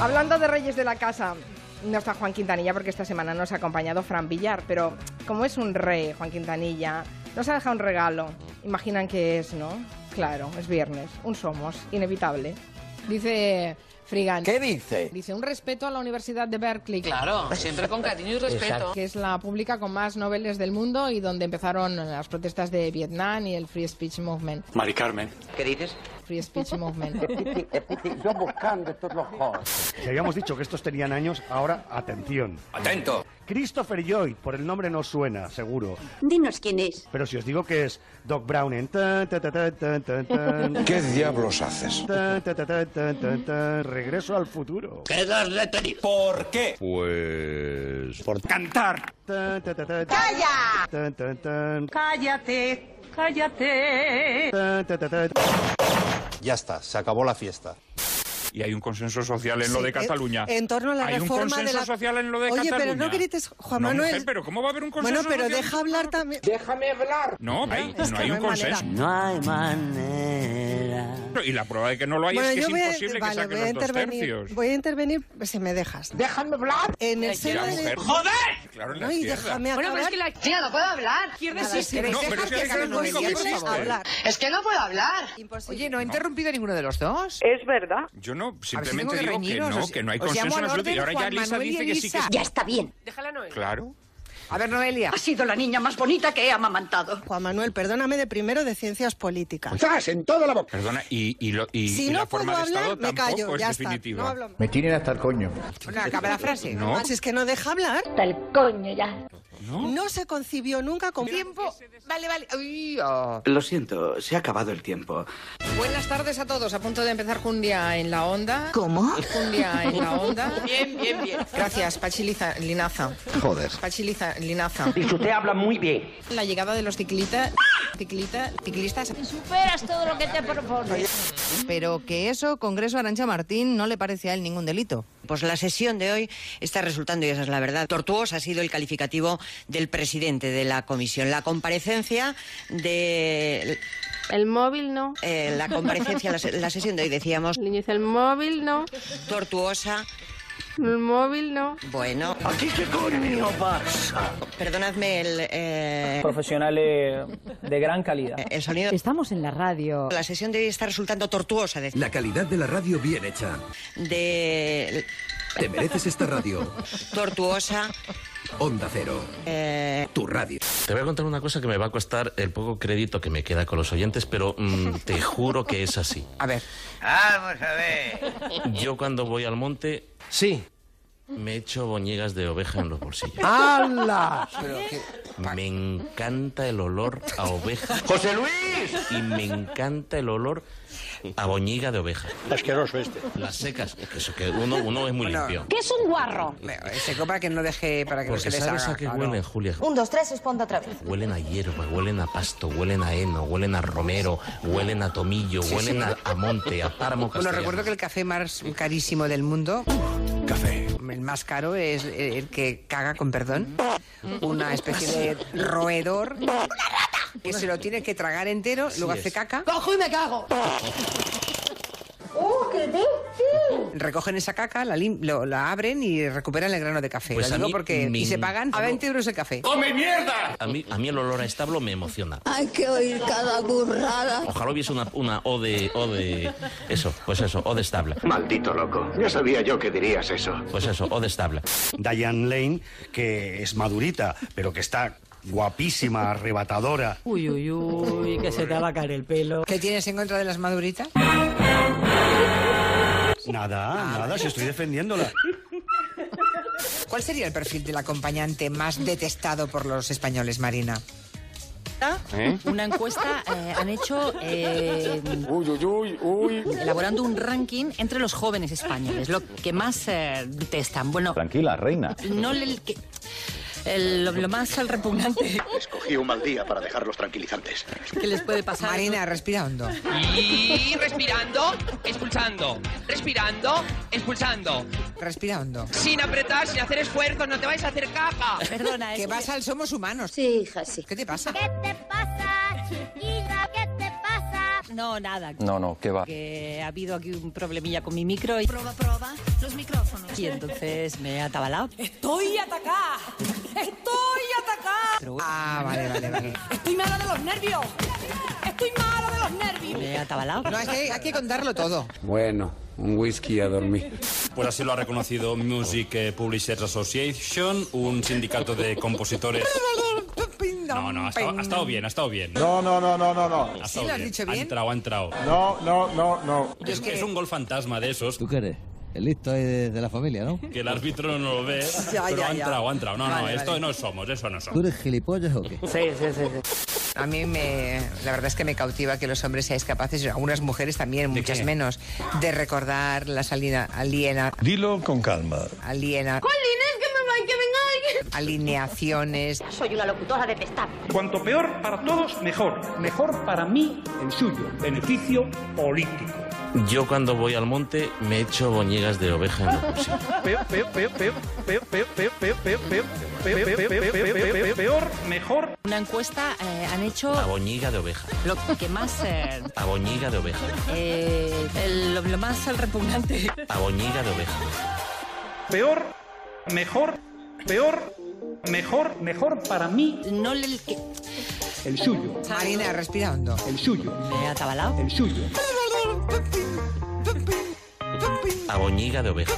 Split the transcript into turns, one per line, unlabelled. Hablando de reyes de la casa, no está Juan Quintanilla porque esta semana nos ha acompañado Fran Villar, pero como es un rey, Juan Quintanilla, nos ha dejado un regalo. Imaginan que es, ¿no? Claro, es viernes, un somos, inevitable.
Dice Frigan.
¿Qué dice?
Dice un respeto a la Universidad de Berkeley.
Claro, siempre con cariño y respeto.
que es la pública con más noveles del mundo y donde empezaron las protestas de Vietnam y el Free Speech Movement.
Mari Carmen.
¿Qué dices?
Free Speech Movement.
Yo buscando estos los jóvenes.
Si habíamos dicho que estos tenían años, ahora atención.
Atento.
Christopher Lloyd, por el nombre no suena, seguro.
Dinos quién es.
Pero si os digo que es Doc Brown en... tan, tan, tan, tan, tan, tan,
¿Qué diablos haces?
tan, tan, tan, tan, tan, tan, Regreso al futuro.
Quedas detenido. ¿Por qué?
Pues... Por
Cantar.
¡Calla!
Cállate, cállate.
Ya está, se acabó la fiesta.
Y hay un consenso social en lo
Sí,
de
en-
Cataluña.
en torno a la
hay
reforma
un
de
consenso
la-
social en lo de
Oye, pero
Cataluña.
no grites, Juan
No,
Manuel.
mujer, pero ¿cómo va a haber un consenso
Bueno, pero
social?
deja hablar también.
Déjame hablar.
No, hay-
Es
no
que
hay
no
un
hay
consenso.
manera.
No hay manera.
Y la prueba de que no lo hay
Bueno,
es que es
yo voy a-
imposible que
vale,
saquen
voy a
los dos
intervenir.
tercios.
Voy a intervenir pues, si me dejas.
Déjame hablar.
En el
Y la
seno de...
mujer- ¡Joder! Claro, en la
Ay,
izquierda.
déjame acabar.
Bueno, pero es que la chica no puedo hablar.
Nada, si me
No, pero
dejas
es que
que
es el
gane
único que
siempre
existe.
hablar.
Es que no puedo hablar.
Imposible.
Oye, ¿no ha interrumpido ninguno de los dos?
Es verdad.
Yo no,
A ver si
simplemente digo
tengo
que
reñiros,
no,
os-
que no hay
os llamo
consenso en
al
absoluto. Y
orden,
ahora ya
Juan
Lisa
Manuel y
dice que sí que
Elisa.
es...
Ya está bien.
Déjala no.
Claro.
A ver, Noelia.
Ha sido la niña más bonita que he amamantado.
Juan Manuel, perdóname de primero de ciencias políticas.
¡Zas! En toda la boca.
Perdona, y, y, lo- y, y
Si
la
no puedo
forma de Estado
hablar, me
tampoco
callo,
es
ya está.
definitiva.
No hablo más.
Me tienen hasta el coño.
Bueno, acaba la frase.
No.
Si es que no deja hablar,
Tal coño ya.
no se concibió nunca con
Tiempo. Vale, vale. Uy, oh.
Lo siento, se ha acabado el tiempo.
Buenas tardes a todos. A punto de empezar Jundia en la onda.
¿Cómo?
Jundia en la onda.
Bien, bien, bien.
Gracias, Pachiliza Linaza.
Joder.
Pachiliza Linaza.
Y usted habla muy bien.
La llegada de los ciclistas, ciclita, ciclistas.
Superas todo lo que te propones.
Pero que eso, Congreso Arancha Martín, no le parece a él ningún delito.
Pues la sesión de hoy está resultando, y esa es la verdad, tortuosa ha sido el calificativo del presidente de la comisión. La comparecencia de...
El móvil no.
eh, la comparecencia, la, se- la sesión de hoy decíamos,
niño dice el móvil no.
tortuosa,
El móvil no.
bueno... Perdonadme el, eh,
Profesionales de gran calidad.
eh,
el sonido.
Estamos en la radio.
La sesión de hoy está resultando tortuosa de...
La calidad de la radio bien hecha.
de-
Te mereces esta radio.
tortuosa,
Onda Cero.
eh,
Tu radio.
Te voy a contar una cosa que me va a costar el poco crédito que me queda con los oyentes, pero mm, te juro que es así.
a ver,
Vamos a ver. Yo cuando voy al monte
Sí.
me echo boñigas de oveja en los bolsillos.
¡Hala!
Me encanta el olor a oveja
¡José Luis!
y me encanta el olor a boñiga de oveja.
Asqueroso este.
Las secas, que eso que uno, uno es muy limpio.
¿Qué es un guarro?
Se compra que no deje eh, para que
Porque
no se les
sabes
haga.
a qué
claro.
huelen, Julia.
un, dos, tres, responda otra vez.
Huelen a hierba, huelen a pasto, huelen a heno, huelen a romero, huelen a tomillo, huelen a, a monte, a páramo
Bueno,
castellano.
recuerdo que el café más carísimo del mundo,
Café.
el más caro, es el que caga con perdón. Una especie de roedor. Que se lo tiene que tragar entero, luego hace
es.
caca.
¡Cojo y me cago!
Recogen esa caca, la, lim- lo- la abren y recuperan el grano de café.
Pues
Lo
a
digo
mí
porque
me
y se pagan a 20 euros el café.
A mí, a mí el olor a establo me emociona.
Hay que oír cada burrada.
Ojalá hubiese una, una O de... O de... Eso, pues eso, O de establa.
Maldito loco. Ya sabía yo que dirías eso.
Pues eso, O de establa.
Diane Lane, que es madurita, pero que está guapísima, arrebatadora.
Uy, uy, uy, que se te va a caer el pelo.
¿Qué tienes en contra de las maduritas?
Nada, nada, si estoy defendiéndola.
¿Cuál sería el perfil del acompañante más detestado por los españoles, Marina?
Una encuesta eh, han hecho eh,
Uy, uy, uy, uy.
elaborando un ranking entre los jóvenes españoles, lo que más eh, detestan. Bueno,
Tranquila, reina.
no le- el que- el- lo, lo más repugnante
Escogí un mal día para dejarlos tranquilizantes.
que les puede pasar.
Marina, respira hondo.
Y respirando, expulsando. Respirando, expulsando.
Respira hondo.
Sin apretar, sin hacer esfuerzos, no te vais a hacer caja.
Perdona, es
¿Qué pasa al Somos Humanos?
Sí, hija, sí.
¿Qué te pasa?
te pasa, chiquilla? ¿Qué te pasa?
no, nada.
No, no, qué va.
Que ha habido aquí un problemilla con mi micro. Y... Proba, proba los micrófonos. Y entonces me he atabalado.
Estoy atacada. Estoy atacada.
Ah, vale, vale, vale.
Estoy mala de los nervios. Estoy mala de los nervios.
Me he atabalado.
No, es que hay que contarlo todo.
Bueno, un whisky a dormir.
Pues así lo ha reconocido Music Publishers Association, un sindicato de compositores. No, no, ha estado, ha estado bien, ha estado bien.
No, no, no, no, no, no.
Ha estado Ha entrado, ha entrado.
No, no, no, no.
Es, es un gol fantasma de esos.
¿Tú qué eres? El listo es de, de la familia, ¿no?
Que el árbitro no lo ve,
Ya,
pero
ya,
ha
ya.
entrado, ha entrado. No, no,
Vale,
esto
vale.
no somos, eso no
¿Tú
somos.
eres gilipollas o qué?
Sí, sí, sí, A mí me, la verdad es que me cautiva que los hombres seáis capaces, y algunas mujeres también, muchas
qué?
menos, de recordar las alina, aliena,
Dilo con calma.
aliena,
Jolines, que me va, que venga alguien.
alineaciones.
Soy una locutora detestable.
Cuanto peor para todos, mejor. Mejor para mí, el suyo. Beneficio político.
Yo cuando voy al monte me echo boñigas de oveja.
Peor, peor, peor, peor, peor, peor, peor, peor, peor, peor, peor, peor, peor, peor, peor, peor, peor, mejor.
Una encuesta eh, han hecho
La boñiga de oveja.
lo que más... eh,
La boñiga de oveja.
eh, el- lo, lo más repugnante.
La boñiga de oveja.
Peor, mejor, peor, mejor, mejor para mí.
No le... que-
El suyo.
Marina, respira hondo.
El suyo.
Me he atabalado.
El suyo.
La boñiga de oveja.